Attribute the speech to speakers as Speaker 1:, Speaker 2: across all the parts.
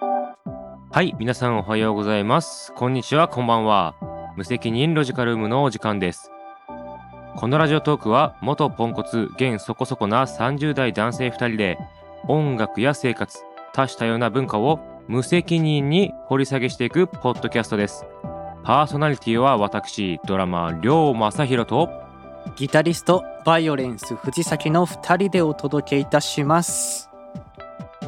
Speaker 1: はい、皆さんおはようございます。こんにちは、こんばんは。無責任ロジカルームのお時間です。このラジオトークは、元ポンコツ、現そこそこな30代男性2人で、音楽や生活、多種多様な文化を無責任に掘り下げしていくポッドキャストです。パーソナリティは私、ドラマー、りょうまさひろと、
Speaker 2: ギタリストバイオレンス藤崎の2人でお届けいたします。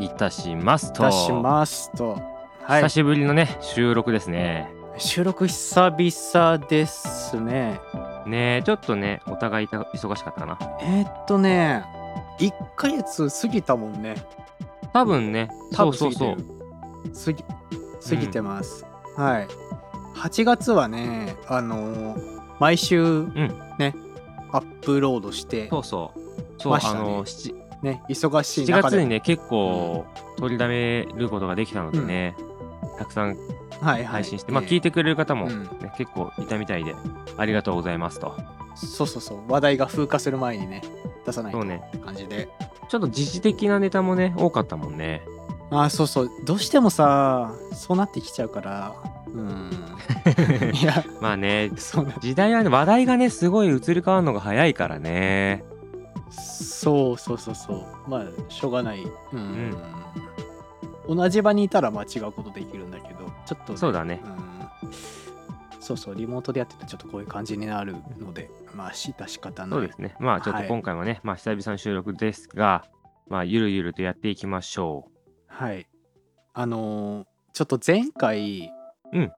Speaker 1: いたします
Speaker 2: い
Speaker 1: と。
Speaker 2: たしますと。は
Speaker 1: 久
Speaker 2: い、
Speaker 1: しぶりのね、収録ですね。
Speaker 2: 収録久々ですね。
Speaker 1: ねえ、ちょっとね、お互いいた忙しかったかな。
Speaker 2: えーっとね、1ヶ月過ぎたもんね。
Speaker 1: 多分ね、
Speaker 2: 多
Speaker 1: そうそう
Speaker 2: 分
Speaker 1: そう。
Speaker 2: 過ぎ過ぎてます。はい。8月はね、あのー毎週、ね、アップロードして、
Speaker 1: そうそう。そう、
Speaker 2: まし
Speaker 1: あ
Speaker 2: たね
Speaker 1: の 7,
Speaker 2: ね、忙しい
Speaker 1: 7
Speaker 2: 中
Speaker 1: 月
Speaker 2: で、
Speaker 1: にね結構取りだめることができたのでね、たくさん
Speaker 2: はいはい
Speaker 1: 配信して、まあ聞いて
Speaker 2: て
Speaker 1: くれる方も、
Speaker 2: う
Speaker 1: ね
Speaker 2: ん、
Speaker 1: 結構いたみたいでありがとうございますと
Speaker 2: そうそうそう、話題が風化する前にね、出さない
Speaker 1: そ
Speaker 2: と
Speaker 1: う
Speaker 2: っ
Speaker 1: ね
Speaker 2: て感じで。
Speaker 1: ちょっと時事的なネタもね多かったもんね
Speaker 2: あそうそうどうしてもさそうなってきちゃうからうん いや
Speaker 1: まあね
Speaker 2: そうな
Speaker 1: 時代はね話題がねすごい移り変わるのが早いからね
Speaker 2: そうそうそうそうまあしょうがないうん、同じ場にいたらまあ違うことできるんだけどちょっとね、
Speaker 1: そうだね
Speaker 2: うんそうそうリモートでやっててちょっとこういう感じになるのでまあした仕方
Speaker 1: そう
Speaker 2: ない
Speaker 1: ですねまあちょっと今回もね、まあ久々の収録ですがまあゆるゆるとやっていきましょ
Speaker 2: はいあのーちょっと前回、
Speaker 1: うん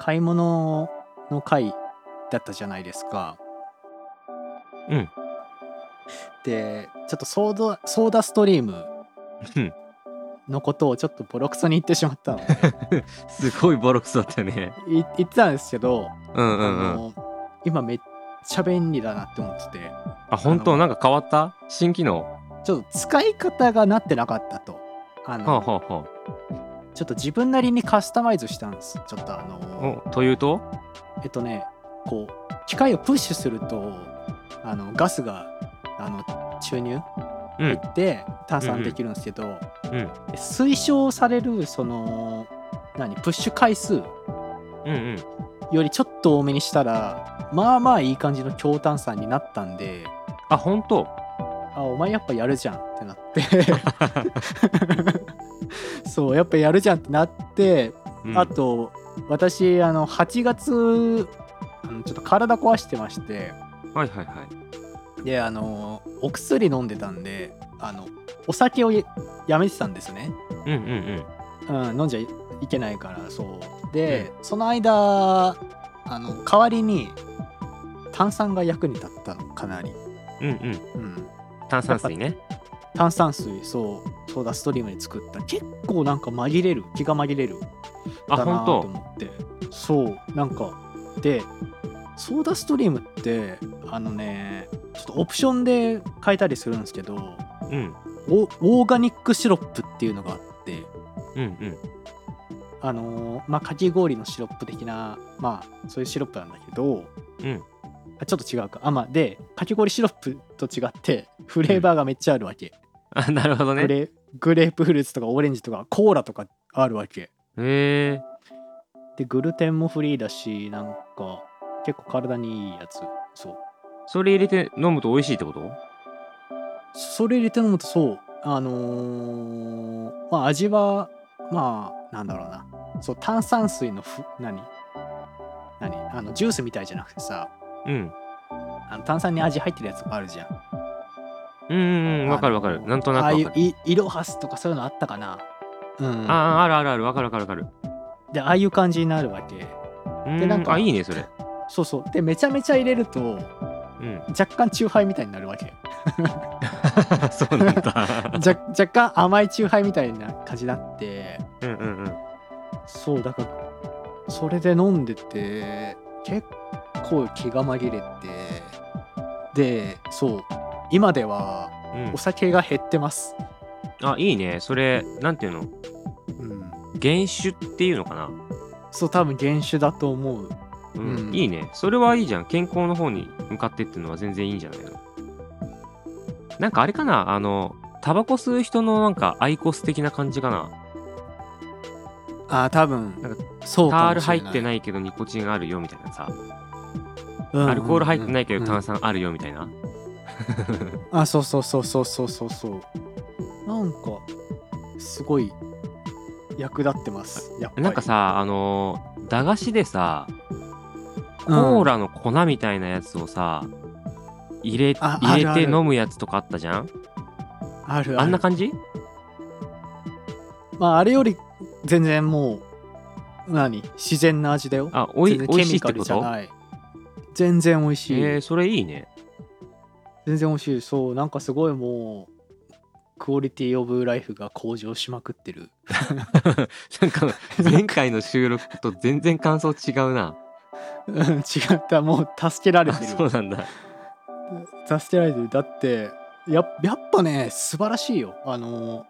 Speaker 2: 買い物の回だったじゃないですか
Speaker 1: うん
Speaker 2: でちょっとソーダソーダストリーム
Speaker 1: うん
Speaker 2: のことをちょっとボロクソに言ってしまっ たの
Speaker 1: うすごいボロクソだったね
Speaker 2: い言ってたんですけど、
Speaker 1: うんう
Speaker 2: あ
Speaker 1: んうん
Speaker 2: の今めっちゃ便利だなって思ってて
Speaker 1: あ本当
Speaker 2: あ
Speaker 1: な
Speaker 2: の
Speaker 1: んか変わった新機能
Speaker 2: ちょっと使い方がなってなかったとあの、
Speaker 1: はあはあは
Speaker 2: ちょっと自分なりにカスタマイズしたんですちょっとあ
Speaker 1: あ
Speaker 2: の
Speaker 1: おというと
Speaker 2: えっとねこう機械をプッシュするとあのガスがあの注入
Speaker 1: うん
Speaker 2: 入って炭酸できるんですけど、
Speaker 1: うん
Speaker 2: で推奨されるその何プッシュ回数よ
Speaker 1: うんうん
Speaker 2: りちょっと多めにしたらまあまあいい感じの強炭酸になったんで
Speaker 1: あ本当
Speaker 2: あお前やっぱやるじゃんって なってそうやっぱやるじゃんってなって、
Speaker 1: うん
Speaker 2: あと私あの8月あのちょっと体壊してまして。
Speaker 1: はいはいはい
Speaker 2: であのお薬飲んでたんであのお酒をややめてたんですね、
Speaker 1: うんうんうん
Speaker 2: うん、飲んじゃいけないからそうで、その間あの代わりに炭酸が役に立ったのかなり、
Speaker 1: うんうん
Speaker 2: うん、
Speaker 1: 炭酸水ね
Speaker 2: 炭酸水そうソーダストリームで作った結構なんか紛れる気が紛れる
Speaker 1: あ
Speaker 2: だな
Speaker 1: 本
Speaker 2: と
Speaker 1: 当
Speaker 2: 思ってそうなんかでソーダストリームってあのねちょっとオプションで変えたりするんですけど
Speaker 1: うん
Speaker 2: オオーガニックシロップっていうのがあって、
Speaker 1: うんうん
Speaker 2: あのーまあ、かき氷のシロップ的な、まあ、そういうシロップなんだけど、
Speaker 1: うん
Speaker 2: あちょっと違うかあ、まあ、でかき氷シロップと違ってフレーバーがめっちゃあるわけ、
Speaker 1: あなるほどね
Speaker 2: グレグレープフルーツとかオレンジとかコーラとかあるわけ
Speaker 1: へえ
Speaker 2: でグルテンもフリーだしなんか結構体にいいやつそう
Speaker 1: それ入れて飲むと美味しいってこと
Speaker 2: それ入れて飲むとそうあのーまあ味はまあなんだろうなそう炭酸水のふ何何あのジュースみたいじゃなくてさ
Speaker 1: うん
Speaker 2: あの炭酸に味入ってるやつもあるじゃん
Speaker 1: うんうんうんわかるわか
Speaker 2: あ
Speaker 1: る
Speaker 2: の
Speaker 1: なんとなく
Speaker 2: ああい
Speaker 1: わ
Speaker 2: う
Speaker 1: かる
Speaker 2: いイロハスとかそういうのあったかなうん
Speaker 1: あああるあるあるわかるわかるわかる
Speaker 2: でああいう感じになるわけ
Speaker 1: う
Speaker 2: でなんんか
Speaker 1: あいいねそれ
Speaker 2: そうそうでめちゃめちゃ入れると
Speaker 1: うん
Speaker 2: 若干チューハイみたいになるわけ
Speaker 1: そうなんだ
Speaker 2: じゃ若干甘いチューハイみたいな感じになって
Speaker 1: うんうんうん
Speaker 2: そうだからそれで飲んでて結構気が紛れてでそう今では
Speaker 1: うん
Speaker 2: お酒が減ってます、
Speaker 1: あいいねそれなんていうの
Speaker 2: うん、
Speaker 1: 原酒っていうのかな
Speaker 2: そう多分原酒だと思う
Speaker 1: うん、
Speaker 2: うん
Speaker 1: いいねそれはいいじゃん健康の方に向かってっていうのは全然いいんじゃないのなんかあれかなあのタバコ吸う人のなんかアイコス的な感じかな
Speaker 2: ああ、多分
Speaker 1: なんか、
Speaker 2: そう
Speaker 1: タ
Speaker 2: か
Speaker 1: ー
Speaker 2: も
Speaker 1: ル
Speaker 2: しれな
Speaker 1: 入
Speaker 2: い。
Speaker 1: って
Speaker 2: い。
Speaker 1: ないけどニコチンあるよみたいなさ、アルコール入ってないけど炭
Speaker 2: 酸。
Speaker 1: 酸あるよみたいな、
Speaker 2: あ、そうそうそうそうそうそうそう。なんか、すごい、役立ってます。やっぱり
Speaker 1: なんか、さあのー駄菓子でさ
Speaker 2: うん
Speaker 1: コーラの粉みたいなやつをさ入れ
Speaker 2: ああ
Speaker 1: 入
Speaker 2: る
Speaker 1: れて飲むやつとかあったじゃん
Speaker 2: あるある
Speaker 1: あんな感じ
Speaker 2: まあ、あれより、全然もう、何自然な味だよ。
Speaker 1: あおい
Speaker 2: 全然
Speaker 1: おい
Speaker 2: ケ
Speaker 1: しい
Speaker 2: ミ
Speaker 1: っ
Speaker 2: カ
Speaker 1: て
Speaker 2: ル
Speaker 1: こ
Speaker 2: じゃ
Speaker 1: と
Speaker 2: ない。全然美味しい。
Speaker 1: えー、それいいね
Speaker 2: 全然美味しい。そう、なんかすごいもう、クオリティオブライフが向上しまくってる。
Speaker 1: なんか前回の収録と全然感想違うな
Speaker 2: うん違った、もう助けられ
Speaker 1: あ
Speaker 2: てる。
Speaker 1: そうなんだ
Speaker 2: 助けられてる。だって、ややっぱね、素晴らしいよ。あの、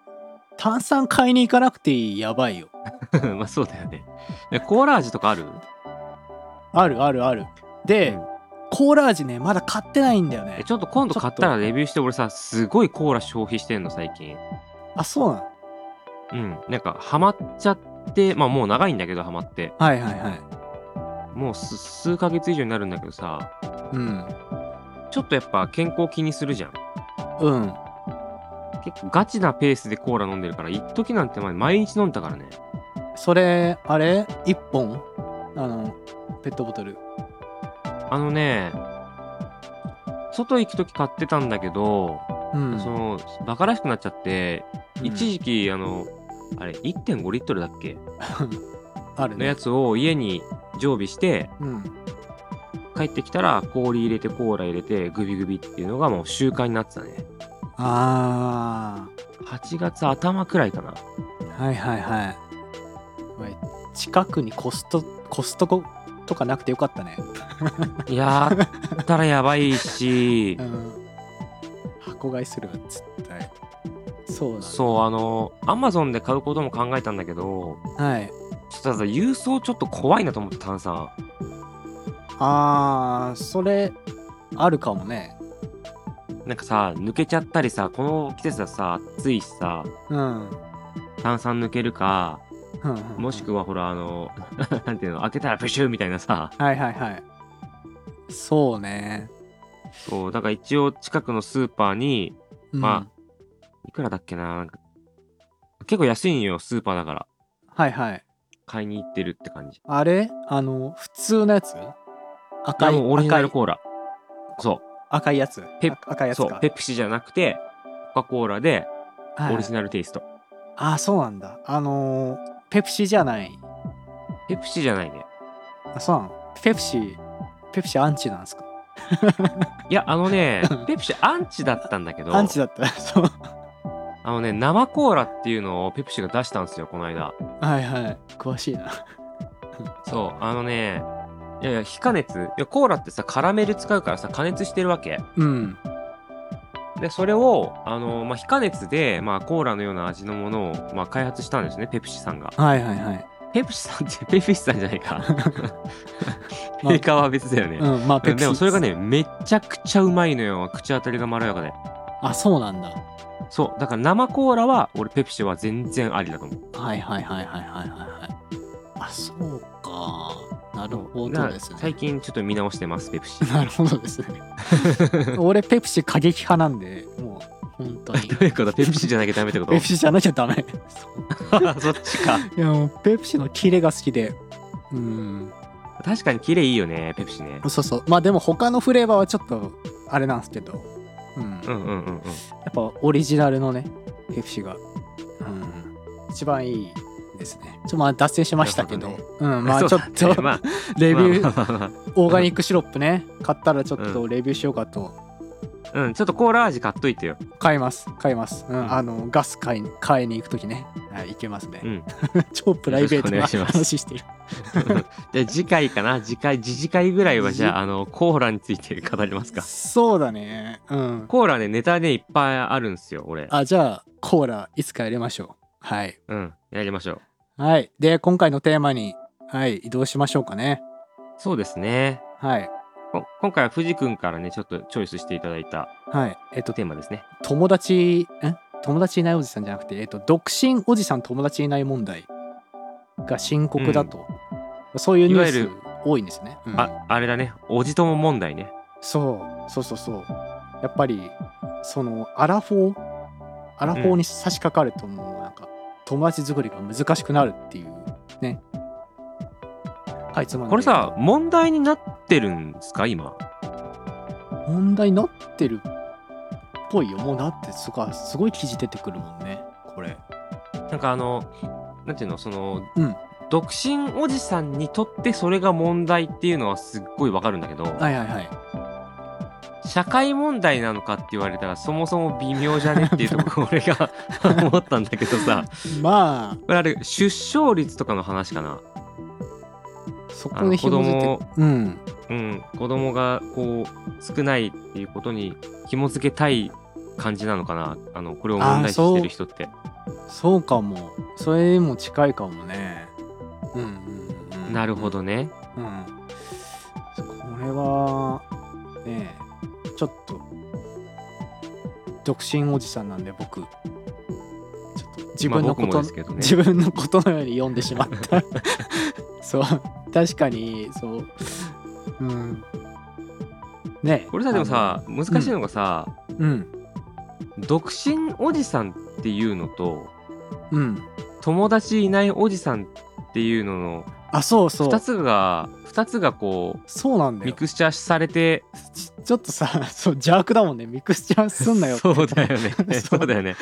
Speaker 2: 炭酸買いに行かなくていい、やばいよ。
Speaker 1: まあそうだよねえコーラ味とかある
Speaker 2: あるあるある。で、
Speaker 1: うん
Speaker 2: コーラ味ね、まだ買ってないんだよ
Speaker 1: え
Speaker 2: ね。
Speaker 1: ちょっと今度買ったらレビューして俺さすごいコーラ消費してんの最近
Speaker 2: あ、そうなの
Speaker 1: うんなんかハマっちゃってまあもう長いんだけどハマって
Speaker 2: はいはいはい。
Speaker 1: もうす数ヶ月以上になるんだけどさ
Speaker 2: うん。
Speaker 1: ちょっとやっぱ健康気にするじゃん
Speaker 2: うん。
Speaker 1: 結構ガチなペースでコーラ飲んでるから一時なんて前毎日飲んだからね
Speaker 2: それ、あれ一本あの、ペットボトル。
Speaker 1: あのね外行く時買ってたんだけど、
Speaker 2: うん。
Speaker 1: そのバカらしくなっちゃって
Speaker 2: うん
Speaker 1: 一時期あのあれ1.5リットルだっけ
Speaker 2: ある
Speaker 1: の
Speaker 2: ね。
Speaker 1: やつを家に常備して
Speaker 2: うん。
Speaker 1: 帰ってきたら氷入れてコーラ入れてグビグビっていうのがもう習慣になってたね
Speaker 2: あ
Speaker 1: 8月頭くらいか な
Speaker 2: あはいはいはいおい近くにコストコストコとかなくてよかったね
Speaker 1: いやーったらやばいし
Speaker 2: うん箱買いするわ絶対そうなんだ
Speaker 1: そうあのアマゾンで買うことも考えたんだけど
Speaker 2: はい
Speaker 1: ちょっとただ郵送ちょっと怖いなと思って炭酸
Speaker 2: あーそれあるかもね
Speaker 1: なんかさ抜けちゃったりさこの季節はさ暑いしさ
Speaker 2: うん
Speaker 1: 炭酸抜けるかもし
Speaker 2: は
Speaker 1: くはほらあの なんていうの開けたらプシューみたいなさ
Speaker 2: はいはいはいそうね
Speaker 1: そうだから一応近くのスーパーに
Speaker 2: うん
Speaker 1: まいくらだっけななんか結構安いんよスーパーだから
Speaker 2: はいはい
Speaker 1: 買いに行ってるって感じ
Speaker 2: あれあの普通のやつ赤
Speaker 1: あ
Speaker 2: い
Speaker 1: もうオリジナ
Speaker 2: 赤
Speaker 1: ル
Speaker 2: い
Speaker 1: コーラそ
Speaker 2: 赤いやつ
Speaker 1: ペ
Speaker 2: あ赤いうやつ
Speaker 1: そ
Speaker 2: か
Speaker 1: うペプシじゃなくてコカ・コーラで
Speaker 2: はい
Speaker 1: オリジナルテイスト、
Speaker 2: ああそうなんだあのーペプシじゃない
Speaker 1: ペプシじゃないね
Speaker 2: あそうなのペプシペプシアンチなんですか
Speaker 1: いやあの ねペプシアンチだったんだけど
Speaker 2: アンチだった そう
Speaker 1: あのね生コーラっていうのをペプシが出したんですよこの間
Speaker 2: はいはい詳しいな
Speaker 1: そうあのねいやいや非加熱いやコーラってさカラメル使うからさ加熱してるわけ
Speaker 2: うん
Speaker 1: でそれをあの、まあ、非加熱で、まあ、コーラのような味のものを、まあ、開発したんですねペプシさんが
Speaker 2: はいはいはい
Speaker 1: ペプシさんって ペプシさんじゃない か
Speaker 2: まあ
Speaker 1: メーカーは別だよね、
Speaker 2: うんまあペプシ
Speaker 1: でもそれがねめちゃくちゃうまいのよ口当たりがまろやかで
Speaker 2: あそうなんだ
Speaker 1: そうだから生コーラは俺ペプシは全然ありだと思う
Speaker 2: はいはいはいはいはいはいはいあそうかなるほ
Speaker 1: な
Speaker 2: どですね
Speaker 1: 最近ちょっと見直してますペプシ
Speaker 2: なるほ どですね俺ペプシ過激派なんでもう本当に
Speaker 1: どういうことペプシじゃなきゃダメってこ
Speaker 2: ペ
Speaker 1: と
Speaker 2: プシじゃなきゃダメそ う
Speaker 1: そっちか
Speaker 2: いやもうペプシのキレが好きでうん
Speaker 1: 確かに綺麗いいよねペプシね
Speaker 2: そうそうまあでも他のフレーバーはちょっとあれなんですけど、うん、
Speaker 1: う
Speaker 2: やっ
Speaker 1: んうんうんうん
Speaker 2: ぱオリジナルのねペプシが、うん、一番いいですねちょっとまあ脱線しましたけど
Speaker 1: なる
Speaker 2: うんまあち
Speaker 1: そ
Speaker 2: ょ
Speaker 1: うだ
Speaker 2: っ
Speaker 1: ね
Speaker 2: と、
Speaker 1: まあ
Speaker 2: レビュー、
Speaker 1: まあまあまあまあ
Speaker 2: オーガニックシロップね買ったらちょっ
Speaker 1: う
Speaker 2: とレビューしようかと、
Speaker 1: うん、ちょっとコーラ味買っといてよ。
Speaker 2: 買います買います、うん
Speaker 1: うん
Speaker 2: あのガス買いに買いに行く時ね、はい、行けますね、
Speaker 1: うん。
Speaker 2: 超プライベート
Speaker 1: よ
Speaker 2: な
Speaker 1: ろしくお願いします
Speaker 2: 話してる
Speaker 1: じゃあ次回かな次回、次次回ぐらいはじゃ
Speaker 2: 次
Speaker 1: あ、あの、コーラについて語りますか。
Speaker 2: そうだねうん
Speaker 1: コーラね、ネタね、いっぱいあるんすよ、俺。
Speaker 2: あじゃあコーラいつかやりましょうはい
Speaker 1: うん。やりましょう。
Speaker 2: はい。で、今回のテーマに、はい、移動しましょうかね。
Speaker 1: そうですね。
Speaker 2: はい。
Speaker 1: こ今回は藤くんからね、ちょっとチョイスしていただいた
Speaker 2: はい。えっと、
Speaker 1: テーマですね。
Speaker 2: 友達、ん友達いないおじさんじゃなくて、えっと、独身おじさん友達いない問題。が深刻だと、そういうニュー
Speaker 1: い
Speaker 2: ス
Speaker 1: わゆる
Speaker 2: 多いんですね。うん
Speaker 1: ああれだねおじとも問題ね
Speaker 2: そうそうそうそうやっぱりそのアラフォーアラフォーに差し掛かるともうなんか友達作りが難しくなるっていうねかいつまんで
Speaker 1: これさ問題になってるんですか今
Speaker 2: 問題になってるっぽいよもうだってすごいすごい記事出てくるもんねこれ
Speaker 1: なんかあのなんていうのその、
Speaker 2: うん
Speaker 1: 独身おじさんにとってそれが問題っていうのはすっごいわかるんだけど、
Speaker 2: はいはいはい
Speaker 1: 社会問題なのかって言われたらそもそも微妙じゃねっていうところ俺 が思ったんだけどさ
Speaker 2: まあ
Speaker 1: これあれ出生率とかの話かな
Speaker 2: そ
Speaker 1: あ
Speaker 2: こ
Speaker 1: の
Speaker 2: で
Speaker 1: 子
Speaker 2: 紐づ
Speaker 1: 供
Speaker 2: いて
Speaker 1: を
Speaker 2: うん
Speaker 1: うん、子供がこう少ないっていうことに紐付けたい感じなのかなあのこれを問題視してる人って
Speaker 2: そうかもそれにも近いかもねうんうん、うん、
Speaker 1: なるほどね、
Speaker 2: うん、これはねえちょっと独身おじさんなんで僕ちょっと自分のこ
Speaker 1: まあ僕も
Speaker 2: と、
Speaker 1: ですけどね
Speaker 2: 自分のことのように読んでしまった そう確かにそううんねえ
Speaker 1: これさでもさ難しいのがさ、
Speaker 2: あのうん
Speaker 1: 独身おじさんっていうのと
Speaker 2: うん
Speaker 1: 友達いないおじさんっていうのの
Speaker 2: あそうそ
Speaker 1: 2
Speaker 2: う
Speaker 1: つが2つがこ
Speaker 2: そうなん
Speaker 1: う
Speaker 2: だ
Speaker 1: ミ
Speaker 2: よ
Speaker 1: クスチャーされて
Speaker 2: ちちょっとさ そう邪悪だもんねミクスチャーすんなよって
Speaker 1: そうだよね そ
Speaker 2: そ
Speaker 1: ううだよね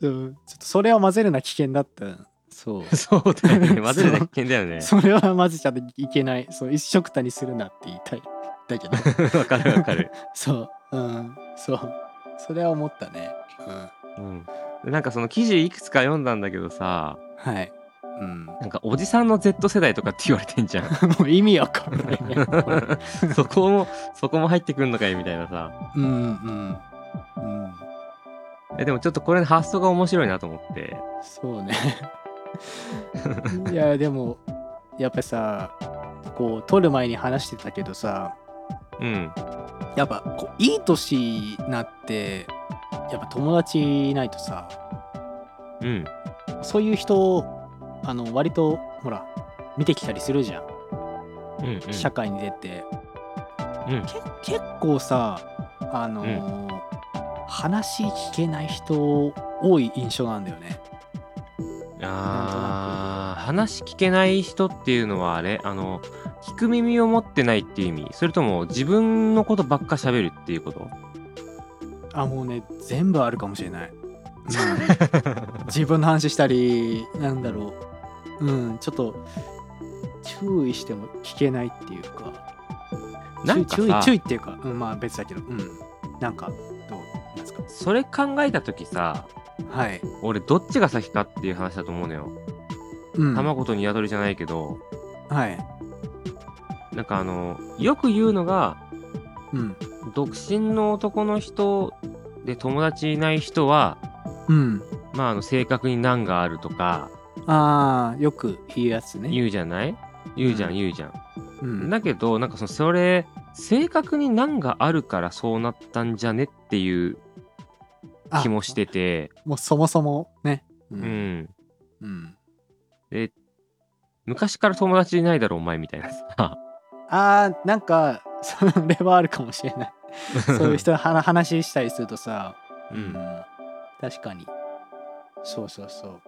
Speaker 2: うんちょっとそれは混ぜるな危険だったそう
Speaker 1: そうだよね混ぜるだけ危険だよね
Speaker 2: それは混ぜちゃいけない。そう、一緒くたにするなって言いたい。だけど、
Speaker 1: わかるわかる、
Speaker 2: そう、うん、そう。それは思ったね。
Speaker 1: うん、なんかその記事いくつか読んだんだけどさ
Speaker 2: うん。はい。うん。
Speaker 1: なんかおじさんの Z 世代とかって言われてんじゃん
Speaker 2: もう意味わかんないね。
Speaker 1: そこもそこも入ってくんのかいみたいなさ
Speaker 2: うんうん。うん。
Speaker 1: えでもちょっとこれ発想が面白いなと思って
Speaker 2: そう ね。いや、でも、やっぱさ、こう、撮る前に話してたけどさ、
Speaker 1: うん
Speaker 2: やっぱ、こういい年になって、やっぱ友達いないとさ、
Speaker 1: うん
Speaker 2: そういう人をあの割とほら見てきたりするじゃん、
Speaker 1: うんうん
Speaker 2: 社会に出て、
Speaker 1: うん
Speaker 2: け結構さあのー話聞けない人多い印象なんだよね
Speaker 1: あー話聞けない人っていうのはあれあの聞く耳を持ってないっていう意味それとも自分のことばっか喋るっていうこと
Speaker 2: あもうね全部あるかもしれない、うん 自分の話したりなんだろううんちょっと注意しても聞けないっていうか
Speaker 1: なんか
Speaker 2: 注意
Speaker 1: さ
Speaker 2: 注意っていうか、うん、まあ別だけどうんなんかどうなんですか
Speaker 1: それ考えた時さ
Speaker 2: はい、
Speaker 1: 俺どっちが先かっていう話だと思うのよ、
Speaker 2: うん、
Speaker 1: 卵と鶏じゃないけど
Speaker 2: はい
Speaker 1: なんかあのよく言うのが
Speaker 2: うん
Speaker 1: 独身の男の人で友達いない人は
Speaker 2: うん
Speaker 1: まああの性格に難があるとか
Speaker 2: ああよく言うやつね。
Speaker 1: 言うじゃない言うじゃ
Speaker 2: うん
Speaker 1: ん言うじゃん
Speaker 2: うん、
Speaker 1: だけどなんかそのそれ性格に難があるからそうなったんじゃねっていう
Speaker 2: あ
Speaker 1: 気もしてて、
Speaker 2: もうそもそもね。う
Speaker 1: う。ん、
Speaker 2: うん、
Speaker 1: 昔から友達いないだろお前みたいなさ
Speaker 2: ああなんかそれはあるかもしれ ない。そういう人はな話したりするとさ、
Speaker 1: うん
Speaker 2: 確かに。そうそうそう。ま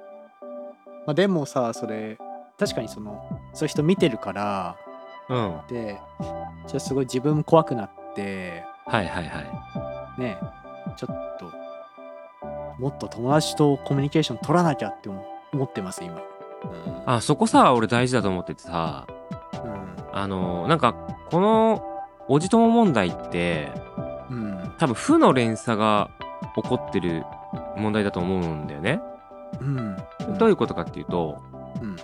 Speaker 2: あ、でもさそれ確かにそのそういう人見てるから
Speaker 1: うんは
Speaker 2: でじゃあすごい自分も怖くなって
Speaker 1: いはいは
Speaker 2: ねちょっともっと友達とコミュニケーション取らなきゃって思思ってます今。うん
Speaker 1: いあそこさ俺大事だと思っててさあのなんかこのおじとも問題って
Speaker 2: うん、うん、
Speaker 1: 多分負の連鎖が起こってる問題だと思うんだよね
Speaker 2: うん、
Speaker 1: どういうことかっていうと、
Speaker 2: うん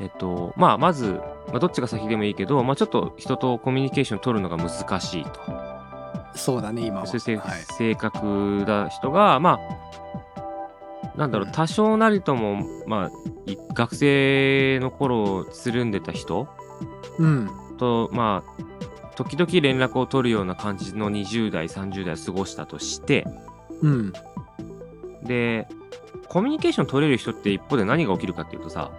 Speaker 1: えっと、まあ、まず、まあ、どっちが先でもいいけど、まあ、ちょっと人とコミュニケーション取るのが難しいと。
Speaker 2: そうだね今は。
Speaker 1: そういう性
Speaker 2: はい、
Speaker 1: 性格な人が、まあ、なんだろう
Speaker 2: う、ん
Speaker 1: 多少なりとも、まあ、い学生の頃つるんでた人
Speaker 2: うん、
Speaker 1: と、まあ、時々連絡を取るような感じの20代、30代を過ごしたとして、
Speaker 2: うん、
Speaker 1: で、コミュニケーション取れる人って一方で何が起きるかっていうとさ、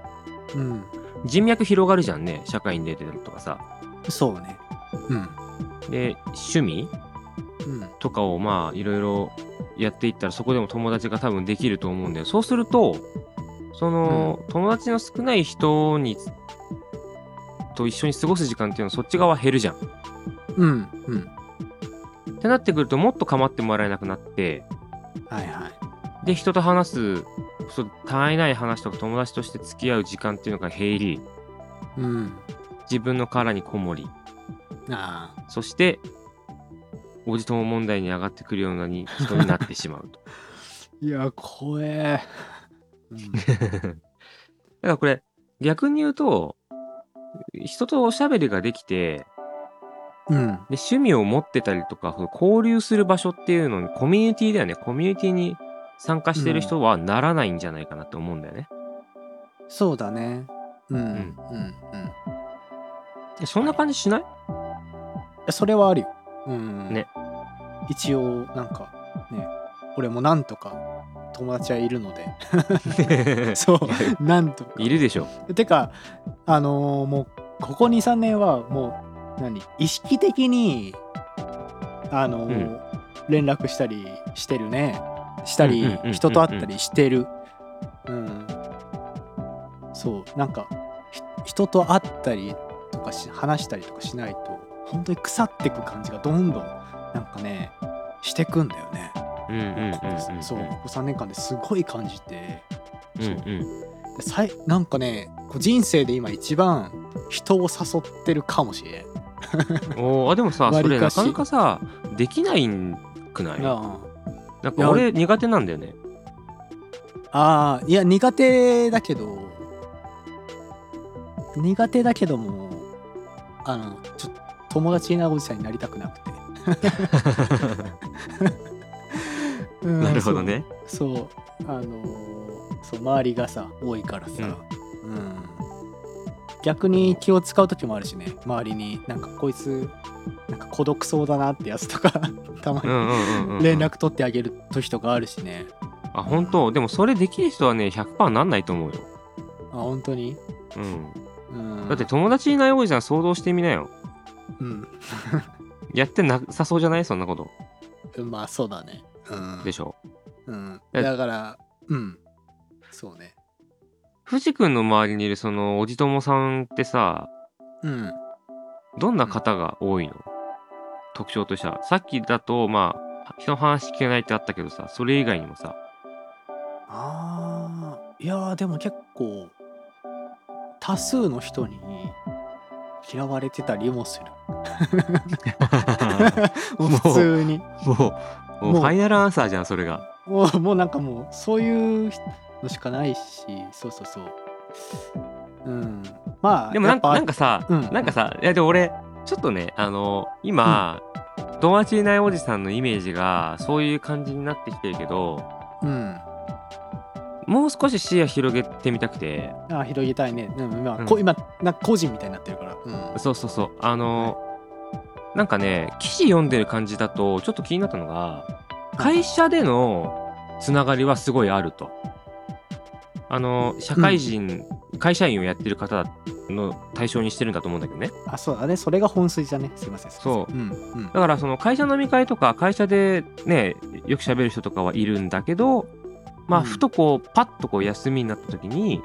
Speaker 2: うん
Speaker 1: 人脈広がるじゃんね社会に出てるとかさ
Speaker 2: そうねうん
Speaker 1: で趣味
Speaker 2: うん
Speaker 1: とかをまあいろいろやっていったらそこでも友達が多分できると思うんだよそうするとその、友達の少ない人にと一緒に過ごす時間っていうのはそっち側減るじゃん
Speaker 2: うんうん
Speaker 1: ってなってくるともっと構ってもらえなくなって
Speaker 2: はいはい
Speaker 1: で人と話すそう他愛ない話とか友達として付き合う時間っていうのが減り
Speaker 2: うん
Speaker 1: 自分の殻にこもり
Speaker 2: ああ
Speaker 1: そしておじとも問題に上がってくるようなに人になってしま うと
Speaker 2: いや怖え、
Speaker 1: だからこれ逆に言うと人とおしゃべりができて
Speaker 2: うん、うん
Speaker 1: で趣味を持ってたりとかその交流する場所っていうのにコミュニティだよねコミュニティに参加してる人はならないんじゃないかなって思うんだよね、
Speaker 2: そうだねうんうん
Speaker 1: ん
Speaker 2: うんうん
Speaker 1: えそんな感じし ない
Speaker 2: いやそれはあるよ。うん、
Speaker 1: ね。
Speaker 2: 一応、なんか、ね、俺もなんとか友達はいるので、そう、なんとか。
Speaker 1: いるでしょ。
Speaker 2: てか、あのーもう、ここ2、3年は、もう、何、意識的に、あのー
Speaker 1: うん
Speaker 2: 連絡したりしてるね。した
Speaker 1: うんうん
Speaker 2: り
Speaker 1: うんう、ん
Speaker 2: 人と会ったりしてる。うん。そう、なんか、ひ人と会ったりとかし話したりとかしないと本当に腐ってく感じがどんどんなんかねしてくんだよね、
Speaker 1: うんうんうんうん
Speaker 2: そうここ3年間ですごい感じて
Speaker 1: うんうん
Speaker 2: でさいなんかねこう人生で今一番人を誘ってるかもしれん、
Speaker 1: おーあでもさ
Speaker 2: わ
Speaker 1: そ
Speaker 2: り
Speaker 1: れ
Speaker 2: か
Speaker 1: な
Speaker 2: し
Speaker 1: かなかさできないんくないな
Speaker 2: あ
Speaker 1: んか俺苦手なんだよね
Speaker 2: あいや苦手だけど苦手だけどもあのちょっと友達なおじさんになりたくな くて、 うん
Speaker 1: なるほどね
Speaker 2: そうあのーそう周りがさ多いからさ、うん逆に気を使う時もあるしね周りになんかこいつなんか孤独そうだなってやつとか たま
Speaker 1: うんうんうんうんう
Speaker 2: に
Speaker 1: ん
Speaker 2: 連絡取ってあげる時とかあるしね、
Speaker 1: あ本当でもそれできる人はね100%なんないと思うよ、
Speaker 2: あ本当に、
Speaker 1: うん、
Speaker 2: うん、
Speaker 1: だって友達いないおじさん想像してみなよ
Speaker 2: うん
Speaker 1: やってなさそうじゃないそんなこと
Speaker 2: まあそうだねうん
Speaker 1: でしょ
Speaker 2: うん、
Speaker 1: え
Speaker 2: だからうんそうね
Speaker 1: 藤君の周りにいるそのおじともさんってさ
Speaker 2: うん
Speaker 1: どんな方が多いの特徴としてはさっきだとまあ人の話聞けないってあったけどさそれ以外にも さ
Speaker 2: あーいやーでも結構多数の人に嫌われてたりもする もう
Speaker 1: もう
Speaker 2: 普通に
Speaker 1: もう、もう
Speaker 2: も
Speaker 1: フ
Speaker 2: う
Speaker 1: ァイナルアンサーじゃん、それが。
Speaker 2: もうもうなんかもうそういうのしかないしそうそうそううんまあ
Speaker 1: でもなん
Speaker 2: やっぱ
Speaker 1: かなんかさ、
Speaker 2: うん
Speaker 1: なんかさ、いやでも俺、ちょっとね、あの、今、友達いないおじさんのイメージが、そういう感じになってきてるけど、
Speaker 2: うん
Speaker 1: もう少し視野広げてみたくて、
Speaker 2: あー広げたいね、うんまあ
Speaker 1: うん
Speaker 2: こ今なんか個人みたいになってるからうん
Speaker 1: そうそうそう、あの、なんかね、記事読んでる感じだと、ちょっと気になったのが、会社でのつながりはすごいあると。あの、社会人、会社員をやってる方の対象にしてるんだと思うんだけどね。
Speaker 2: あそうだねそれが本筋だねすいませんすいませ
Speaker 1: そう
Speaker 2: んうんうん
Speaker 1: だからその会社飲み会とか会社でねよく喋る人とかはいるんだけどまあ
Speaker 2: うん
Speaker 1: ふとこうパッとこう休みになった時に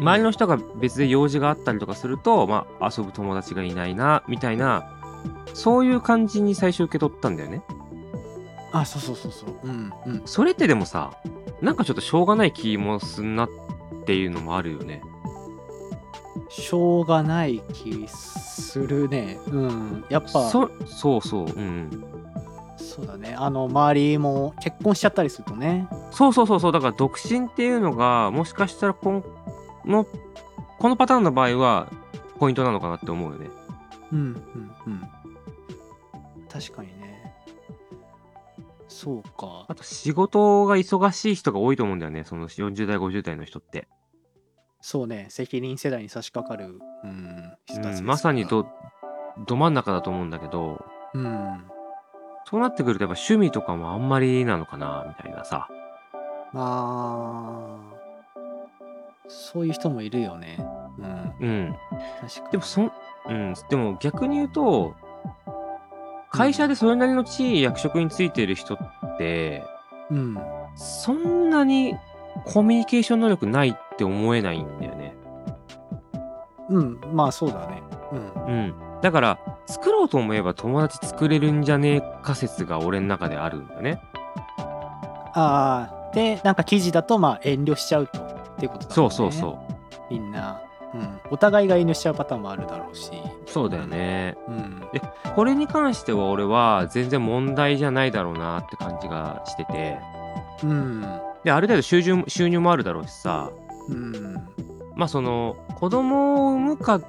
Speaker 1: 周りの人が別で用事があったりとかするとまあ遊ぶ友達がいないなみたいなそういう感じに最初受け取ったんだよね
Speaker 2: あそうそうそうそううんうん
Speaker 1: それってでもさなんかちょっとしょうがない気もすんなっていうのもあるよね
Speaker 2: しょうがない気するねうんやっぱそ
Speaker 1: そそうそううん
Speaker 2: うだねあの周りも結婚しちゃったりするとね
Speaker 1: そうそうそうそうだから独身っていうのがもしかしたらこんのこのパターンの場合はポイントなのかなって思うよね。
Speaker 2: うんうんうん確かにねそうか
Speaker 1: あと仕事が忙しい人が多いと思うんだよねその40代50代の人って。
Speaker 2: そうね責任世代に差し掛かる、うん、人たちですから
Speaker 1: うんまさにどど真ん中だと思うんだけど
Speaker 2: うん
Speaker 1: そうなってくるとやっぱ趣味とかもあんまりなのかなみたいなさ。
Speaker 2: まあそういう人もいるよね。うん。
Speaker 1: うん。
Speaker 2: 確かに。
Speaker 1: でもそん、うん、でも逆に言うと、会社でそれなりの地位、役職についてる人って、
Speaker 2: うん。
Speaker 1: そんなにコミュニケーション能力ないって思えないんだよね。
Speaker 2: うん。まあそうだね。うん。
Speaker 1: うん。だから、作ろうと思えば友達作れるんじゃねえ仮説が俺の中であるんだよね。
Speaker 2: ああ。で、なんか記事だと、まあ遠慮しちゃうと。っていうことだ、ね。
Speaker 1: そうそうそう。
Speaker 2: う。みんな。うん。お互いが遠慮しちゃうパターンもあるだろうし。
Speaker 1: そうだよね。
Speaker 2: うん。
Speaker 1: これに関しては俺は全然問題じゃないだろうなって感じがしてて。
Speaker 2: うん。
Speaker 1: で、ある程度収入収入もあるだろうしさ。
Speaker 2: うん。
Speaker 1: まあその子供を産むか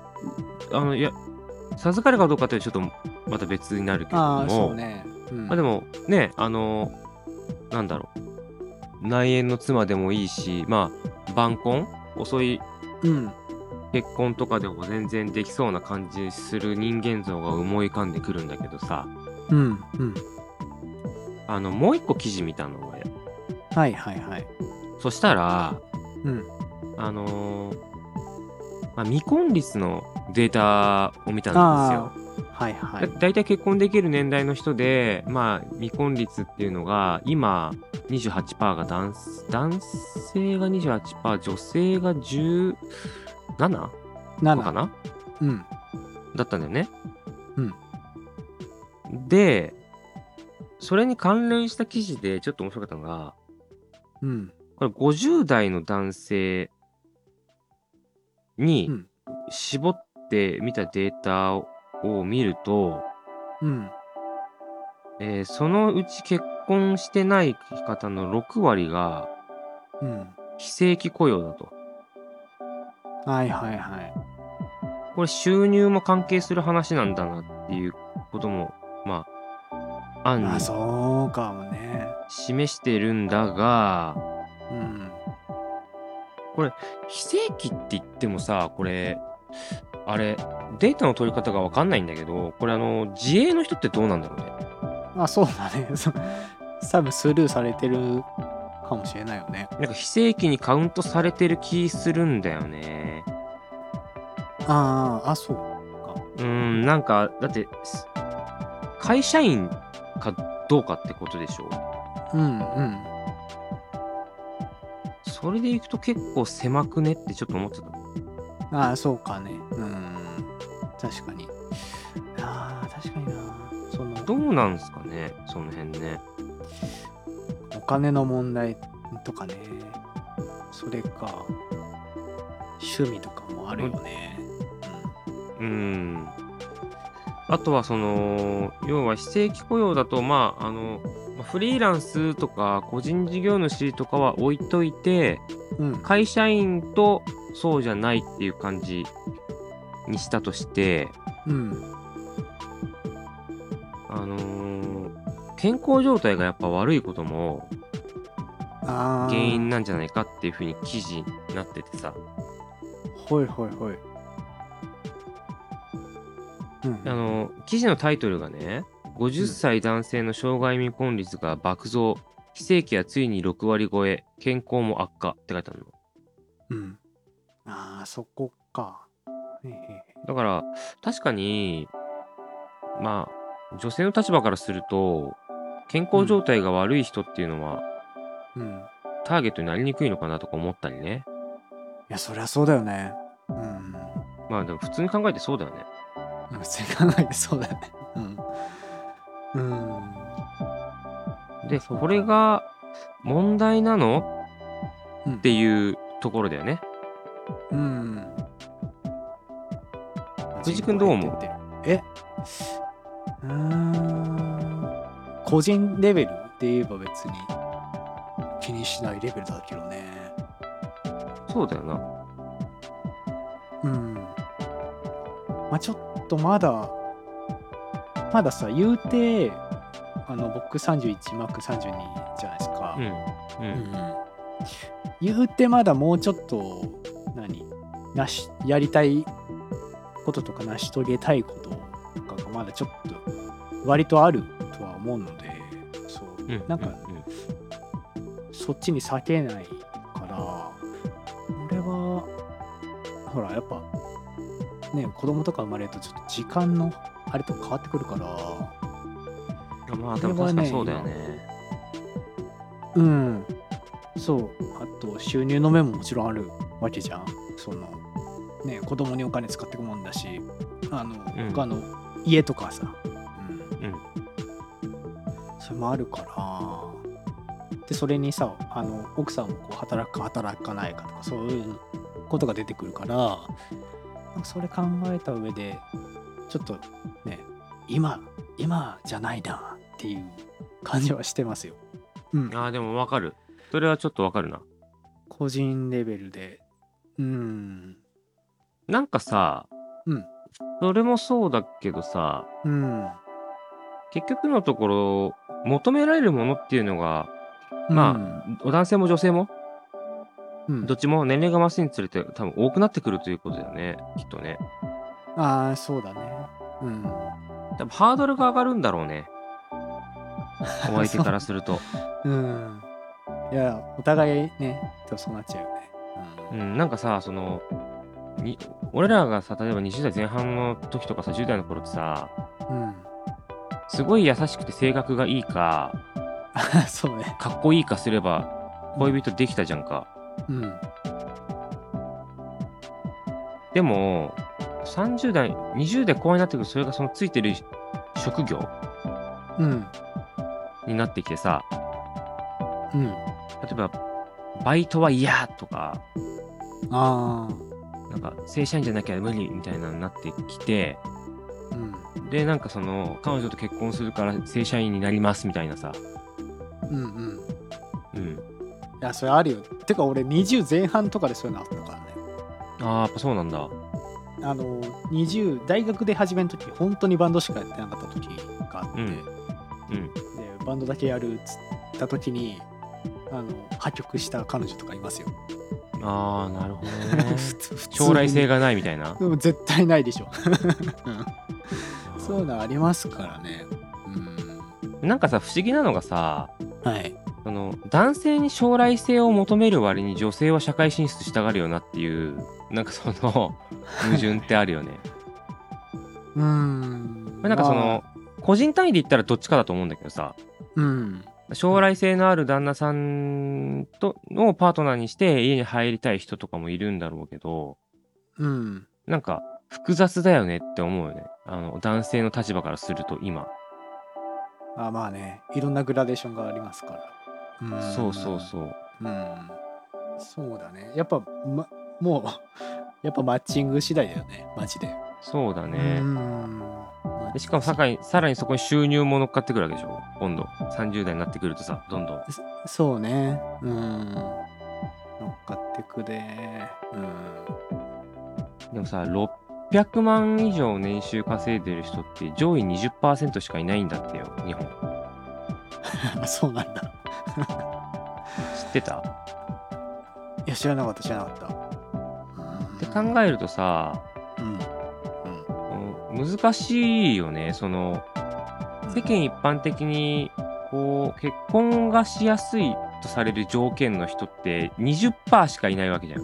Speaker 1: あのいや授かるかどうかってちょっとまた別になるけれど
Speaker 2: ああ、そ
Speaker 1: も、
Speaker 2: うね。うん、
Speaker 1: まあでもねあのなんだろう内縁の妻でもいいしまあ晩婚遅い
Speaker 2: うん。
Speaker 1: 結婚とかでも全然できそうな感じする人間像が思い浮かんでくるんだけどさ
Speaker 2: うん。うん。
Speaker 1: あのもう一個記事見たの俺
Speaker 2: はいはいはい。
Speaker 1: そしたら
Speaker 2: うん。
Speaker 1: あのーまあ、未婚率のデータを見たんですよ
Speaker 2: あ。あ。はいは
Speaker 1: だ
Speaker 2: い。
Speaker 1: 大体結婚できる年代の人で、まあ、未婚率っていうのが今28%が男男性が28%女性が17%
Speaker 2: な
Speaker 1: かな
Speaker 2: うん。
Speaker 1: だったんだよね。
Speaker 2: うん
Speaker 1: でそれに関連した記事でちょっと面白かったのが
Speaker 2: うん。
Speaker 1: これ50代の男性に
Speaker 2: うん
Speaker 1: 絞って見たデータをを見ると、
Speaker 2: うん。
Speaker 1: えーそのうち結婚してない方の6割が
Speaker 2: うん。
Speaker 1: 非正規雇用だと。
Speaker 2: はいはいはい。
Speaker 1: これ収入も関係する話なんだなっていうことも、まあ、案に
Speaker 2: まあそうかもね。
Speaker 1: 示してるんだが、
Speaker 2: うん。
Speaker 1: 非正規って言ってもさ、これ、あれ、データの取り方がわかんないんだけど、これあの、自営の人ってどうなんだろうね。
Speaker 2: まあそうだね。 そ多分スルーされてるかもしれないよね。
Speaker 1: なんか非正規にカウントされてる気するんだよね。
Speaker 2: ああ、あ、そう。
Speaker 1: うーん、なんか、だって、す会社員かどうかってことでしょ
Speaker 2: うんうん。
Speaker 1: それでいくと結構狭くねってちょっと思ってた。
Speaker 2: ああ、そうかね。うん。確かに。ああ、確かにな。その、
Speaker 1: どうなんすかねその辺ね。
Speaker 2: お金の問題とかね。それか、趣味とかもあるよね。
Speaker 1: うーん。あとはその、要は非正規雇用だと、まあ、あの、まあフリーランスとか個人事業主とかは置いといて、
Speaker 2: うん。うん。
Speaker 1: 会社員とそうじゃないっていう感じにしたとして、
Speaker 2: うん。
Speaker 1: あのー健康状態がやっぱ悪いことも
Speaker 2: ああ。
Speaker 1: 原因なんじゃないかっていうふうに記事になっててさ、
Speaker 2: ほいほいほい。うん
Speaker 1: あの記事のタイトルがね50歳男性の障害未婚率が爆増非正規はついに6割超え健康も悪化って書いてあるの
Speaker 2: うん。ああ、そこか。え
Speaker 1: だから確かにまあ女性の立場からすると健康状態が悪い人っていうのは
Speaker 2: えうん。い
Speaker 1: ターゲットになりにくいのかなとか思ったりね
Speaker 2: や、そりゃそうだよね。うん。
Speaker 1: まあでも普通に考えてそうだよね
Speaker 2: うんそれ考えてそうだよね。うん。うん。
Speaker 1: で
Speaker 2: そうか
Speaker 1: これが問題なの
Speaker 2: うん
Speaker 1: っていうところだよね
Speaker 2: うん。
Speaker 1: 藤井君どう思う
Speaker 2: 人口減ってってえうーん。個人レベルって言えば別に気にしないレベルだけどね。
Speaker 1: そうだよな
Speaker 2: うん。まあちょっとまだ、まださ、言うて、あの、僕31、マック32じゃないですか。
Speaker 1: うんう
Speaker 2: うんん言うてまだもうちょっと、何、なし、やりたいこととか成し遂げたいこととかがまだちょっと、割とあるとは思うので、そう、
Speaker 1: うん
Speaker 2: なんか
Speaker 1: うん
Speaker 2: そっちに避けないから、俺はほらやっぱね子供とか生まれるとちょっと時間のあれと変わってくるから
Speaker 1: まあでも確かにそうだよね。
Speaker 2: うんそうあと収入の面ももちろんあるわけじゃんそのね子供にお金使ってくもんだしあの、
Speaker 1: うん
Speaker 2: 他の家とかさ、うん
Speaker 1: うん
Speaker 2: それもあるからでそれにさあの奥さんもこう働くか働かないかとかそういうことが出てくるからなんかそれ考えた上でちょっとね今今じゃないなっていう感じはしてますよ。うん、
Speaker 1: ああでもわかる。それはちょっとわかるな。
Speaker 2: 個人レベルでうん
Speaker 1: なんかさ、
Speaker 2: うん
Speaker 1: それもそうだけどさ、
Speaker 2: うん
Speaker 1: 結局のところ求められるものっていうのが、まあ男性も女性も
Speaker 2: あ、うん
Speaker 1: どっちも年齢が増すにつれて多分多くなってくるということだよねきっとね
Speaker 2: ああそうだねうん
Speaker 1: 多分ハードルが上がるんだろうねお相手からする と、
Speaker 2: うんいやお互いねとそうなっちゃうよねう
Speaker 1: うんん、なんかさそのに俺らがさ例えば20代前半の時とかさ10代の頃ってさ
Speaker 2: うん、
Speaker 1: すごい優しくて性格がいいか
Speaker 2: あそうね
Speaker 1: かっこいいかすれば恋人できたじゃんか
Speaker 2: うん
Speaker 1: でも30代20代後半になってくるとそれがそのついてる職業
Speaker 2: うん
Speaker 1: になってきてさ
Speaker 2: うん
Speaker 1: 例えばバイトは嫌とか
Speaker 2: ああ
Speaker 1: なんか正社員じゃなきゃ無理みたいなのになってきて
Speaker 2: うん
Speaker 1: でなんかその彼女と結婚するから正社員になりますみたいなさ、
Speaker 2: うんうん
Speaker 1: うん、
Speaker 2: いやそれあるよてか俺20前半とかでそういうのあったからね
Speaker 1: あーやっぱそうなんだ
Speaker 2: あの20大学で始める時本当にバンドしかやってなかった時があって、
Speaker 1: うんうん
Speaker 2: でバンドだけやるっつった時にあの破局した彼女とかいますよ、
Speaker 1: あーなるほど ね
Speaker 2: 普通普通に
Speaker 1: 将来性がないみたいな
Speaker 2: でも絶対ないで しょそういう
Speaker 1: だ
Speaker 2: のありますからねうん
Speaker 1: なんかさ不思議なのがさ
Speaker 2: はい
Speaker 1: その男性に将来性を求める割に女性は社会進出したがるよなっていうなんか その矛盾ってあるよね
Speaker 2: うん
Speaker 1: まあなんかその個人単位で言ったらどっちかだと思うんだけどさ
Speaker 2: うん
Speaker 1: 将来性のある旦那さんとのパートナーにして家に入りたい人とかもいるんだろうけど
Speaker 2: うん
Speaker 1: なんか複雑だよねって思うよねあの男性の立場からすると今、
Speaker 2: あまあねいろんなグラデーションがありますからん
Speaker 1: そうそうそう
Speaker 2: うんそうだねやっぱ、ま、もう やっぱマッチング次第だよねマジで
Speaker 1: そうだね
Speaker 2: うん
Speaker 1: でしかもさかいさらにそこに収入も乗っかってくるわけでしょ今度30代になってくるとさどんどん
Speaker 2: そうね。うん。乗っかってくで。うん。
Speaker 1: でもさ600万以上年収稼いでる人って上位20%しかいないんだってよ日本
Speaker 2: そうなんだ。
Speaker 1: 知ってた
Speaker 2: いや、知らなかった、知らなかっ
Speaker 1: って
Speaker 2: た。
Speaker 1: 考えるとさ
Speaker 2: え、うん。
Speaker 1: うん難しいよねその世間一般的にこう結婚がしやすいとされる条件の人って20%しかいないわけじゃん。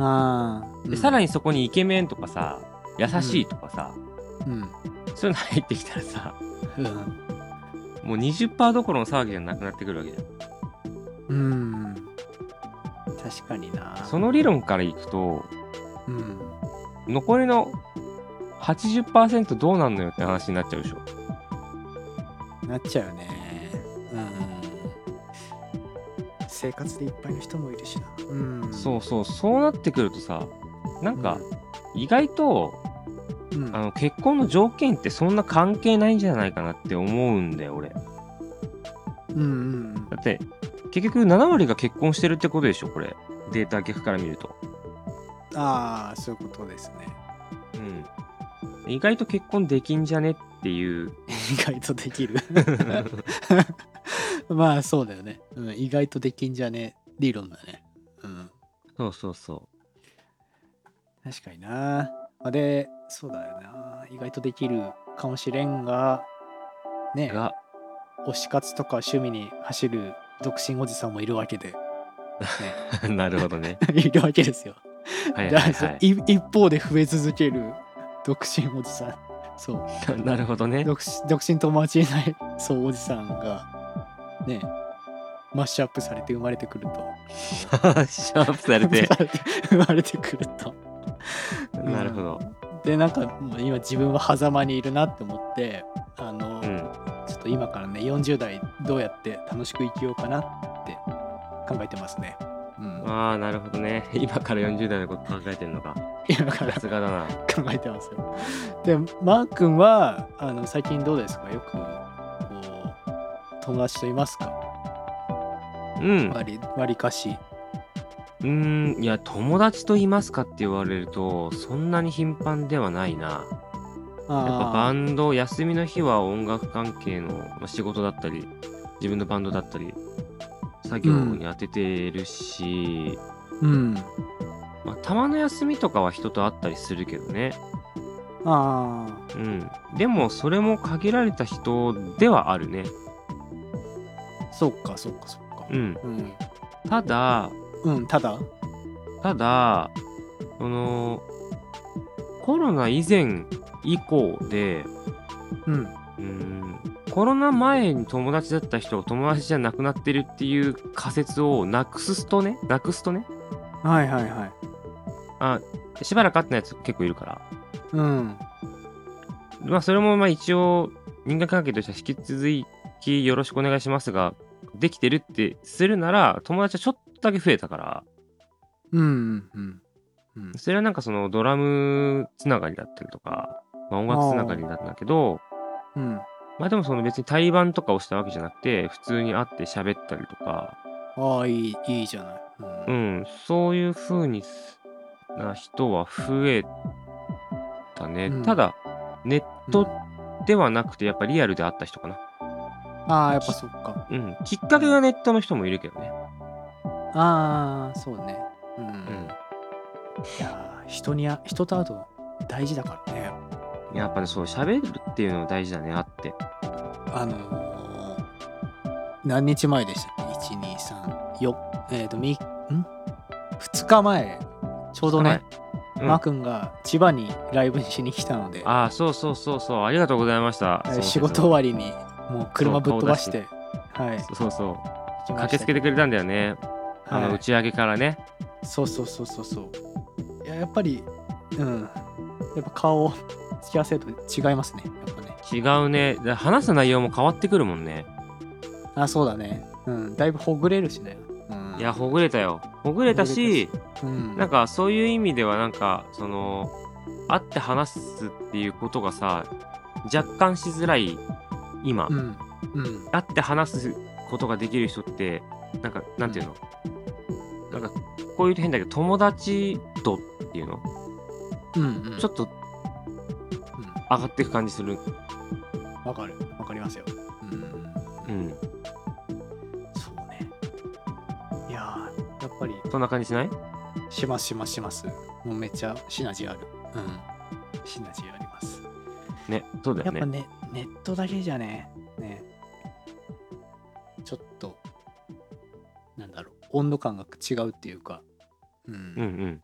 Speaker 2: ああ。う
Speaker 1: で
Speaker 2: ん
Speaker 1: さらに、そこにイケメンとかさ優しいとかさ、
Speaker 2: うん。
Speaker 1: そういうの入ってきたらさ
Speaker 2: うん。
Speaker 1: もう20%どころの騒ぎじゃなくなってくるわけじゃん。
Speaker 2: うん。確かにな。
Speaker 1: その理論からいくと
Speaker 2: うん。
Speaker 1: 残りの80%どうなんのよって話になっちゃうでしょ。
Speaker 2: なっちゃうね。うん。生活でいっぱいの人もいるしな。うん。
Speaker 1: そうそうそうなってくるとさなんか意外と
Speaker 2: うん。
Speaker 1: あの結婚の条件ってそんな関係ないんじゃないかなって思うんだよ俺だ
Speaker 2: うん。うん。
Speaker 1: って結局7割が結婚してるってことでしょこれデータ逆から見ると
Speaker 2: ああ、そういうことですね。
Speaker 1: う ん意外と結婚できんじゃねっていう
Speaker 2: 意外とできるまあそうだよね、うん、意外とできんじゃね理論だねうん
Speaker 1: そうそうそ
Speaker 2: 確かになまあでそうだよな意外とできるかもしれんがね
Speaker 1: うが
Speaker 2: 推し活とか趣味に走る独身おじさんもいるわけで、ね、
Speaker 1: なるほどね
Speaker 2: いるわけですよ
Speaker 1: はい
Speaker 2: じゃ
Speaker 1: は
Speaker 2: あ
Speaker 1: いはい
Speaker 2: い一方で増え続ける独身おじさんそう
Speaker 1: なるほどね
Speaker 2: 独身独身友達いない そうおじさんがねマッシュアップされて生まれてくると
Speaker 1: シャープされて
Speaker 2: 生まれてくるとう ん
Speaker 1: なるほど
Speaker 2: でなんかもう今自分は狭間にいるなって思ってあの、
Speaker 1: うん
Speaker 2: ちょっと今からね40代どうやって楽しく生きようかなって考えてますね、うん、
Speaker 1: ああなるほどね今から40代のこと考えてるのか
Speaker 2: 今から
Speaker 1: さすがだな
Speaker 2: 考えてますよ。で、マー君はあの最近どうですかよくこう友達といますか
Speaker 1: うん
Speaker 2: わりわりかし。
Speaker 1: うーんいや友達といますかって言われるとそんなに頻繁ではないなやっぱバ
Speaker 2: あ
Speaker 1: ンド休みの日は音楽関係のまあ仕事だったり自分のバンドだったり作業に当ててるし、
Speaker 2: あ、うん。
Speaker 1: まあ、たまの休みとかは人と会ったりするけどね
Speaker 2: あ
Speaker 1: うんでもそれも限られた人ではあるね
Speaker 2: あ、そうかそうかそうか。
Speaker 1: うん
Speaker 2: うん。
Speaker 1: ただ
Speaker 2: うん、ただ、
Speaker 1: ただそのコロナ以前以降で
Speaker 2: うん。
Speaker 1: うーんコロナ前に友達だった人が友達じゃなくなってるっていう仮説をなくすとね、なくすとね、
Speaker 2: はいはいはい。
Speaker 1: あしばらく会ってないやつ結構いるから、
Speaker 2: うん。
Speaker 1: まあ、それもまあ一応、人間関係としては引き続きよろしくお願いしますが、できてるってするなら、友達はちょっとだけ増えたから、
Speaker 2: うんうんうん。うん、
Speaker 1: それはなんかそのドラムつながりだったりとか、まあ、音楽つながりだったんだけど、
Speaker 2: うん、
Speaker 1: まあでもその別に対バンとかをしたわけじゃなくて、普通に会って喋ったりとか、
Speaker 2: ああいいいいじゃない、
Speaker 1: う
Speaker 2: うん
Speaker 1: ん、そういう風にすな人は増えたね。
Speaker 2: うん
Speaker 1: ただ、ネッ
Speaker 2: う
Speaker 1: ト
Speaker 2: ん
Speaker 1: ではなくて、やっぱリアルで会った人かな。
Speaker 2: ああやっぱそっか
Speaker 1: うん、きっかけがネットの人もいるけどね。
Speaker 2: ああそうねうん、
Speaker 1: う
Speaker 2: いやー人にあ人と会うと大事だからね
Speaker 1: ん。やっぱね、そう、喋るっていうの大事だね、あって。
Speaker 2: あのー何日前でしたっけ ?1234 えっ、とみん2日前ちょうどね、
Speaker 1: はいうん
Speaker 2: マー君が千葉にライブしに来たので、
Speaker 1: ああ、そうそうそうそう、ありがとうございました。
Speaker 2: えー
Speaker 1: その説
Speaker 2: 仕
Speaker 1: は
Speaker 2: 事終わりにもう車ぶっ飛ばしてはい
Speaker 1: そうそうそう。
Speaker 2: 来ま
Speaker 1: 駆
Speaker 2: し
Speaker 1: けつけてくれたんだよね。あの、
Speaker 2: はい
Speaker 1: 打ち上げからね。
Speaker 2: そうそうそうそうそういややっぱりうんやっぱ顔を付き合わせると違いますねやっぱね
Speaker 1: 違うね。だ話す内容も変わってくるもんね。
Speaker 2: あそうだねうんだいぶほぐれるしね、うん、
Speaker 1: いや、ほぐれたよ。ほぐれたし、
Speaker 2: うん
Speaker 1: なんかそういう意味ではなんかその会って話すっていうことがさ若干しづらい今、
Speaker 2: うんうん
Speaker 1: 会って話すことができる人ってなんかなんていうの、なんかこういうと変だけど友達度っていうの、
Speaker 2: うんうん
Speaker 1: ちょっと
Speaker 2: うん
Speaker 1: 上がっていく感じする、
Speaker 2: わかる。わかりますよ。うん。
Speaker 1: うん、
Speaker 2: そうね。いやー、やっぱり、
Speaker 1: そんな感じしない
Speaker 2: しますしますします。もうめっちゃシナジーある。うん。シナジーあります。
Speaker 1: ねそうだ
Speaker 2: や
Speaker 1: よ
Speaker 2: っ
Speaker 1: ね
Speaker 2: ぱね、ネットだけじゃね、ね、ちょっと、なんだろう、温度感が違うっていうか。うん。
Speaker 1: うんうん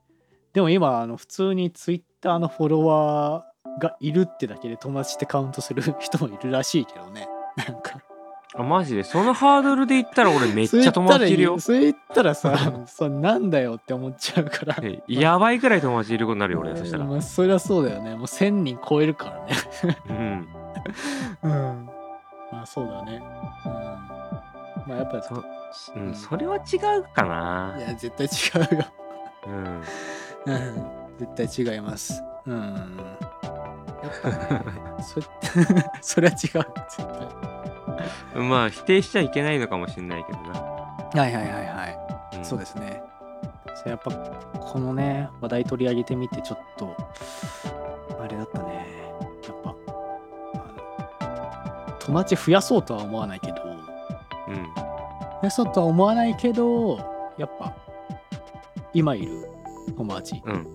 Speaker 2: でも今、あの普通にツイッターのフォロワーがいるってだけで友達ってカウントする人もいるらしいけどね。なんか。
Speaker 1: あマジでそのハードルで言ったら俺めっちゃ友達いるよ
Speaker 2: それ言ったら さそうなんだよって思っちゃうから
Speaker 1: えやばいくらい友達いることになるよ俺そしたら
Speaker 2: まあそりゃそうだよねもう1000人超えるからね
Speaker 1: うん
Speaker 2: うん まあそうだねうんまあやっぱ
Speaker 1: そ,、う
Speaker 2: うん
Speaker 1: ん、それは違うかない
Speaker 2: や絶対違うよ
Speaker 1: うん
Speaker 2: うん絶対違いますうんやっぱ ねそ それは違う絶対は
Speaker 1: まあ否定しちゃいけないのかもしれないけどな。。
Speaker 2: いはいはいはいそうですすね。そうやっぱこのね話題取り上げてみてちょっとあれだったねやっぱあの友達増やそうとは思わないけど
Speaker 1: うん。
Speaker 2: 増やそうとは思わないけどやっぱ今いる友達
Speaker 1: うん。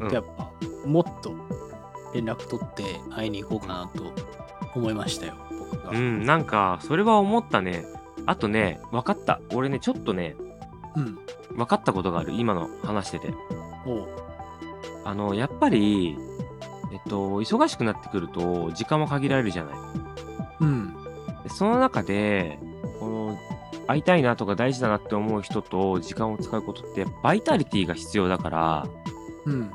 Speaker 1: うん
Speaker 2: とやっぱもっと連絡取って会いに行こうかなと思いましたよ僕が。
Speaker 1: うん、なんかそれは思ったね。あとね、分かった。俺ね、ちょっとね、
Speaker 2: うん
Speaker 1: 分かったことがある。今の話してて。
Speaker 2: おう
Speaker 1: あのやっぱりえっと忙しくなってくると時間も限られるじゃない
Speaker 2: うん
Speaker 1: でその中でこの会いたいなとか大事だなって思う人と時間を使うことってバイタリティが必要だから
Speaker 2: うん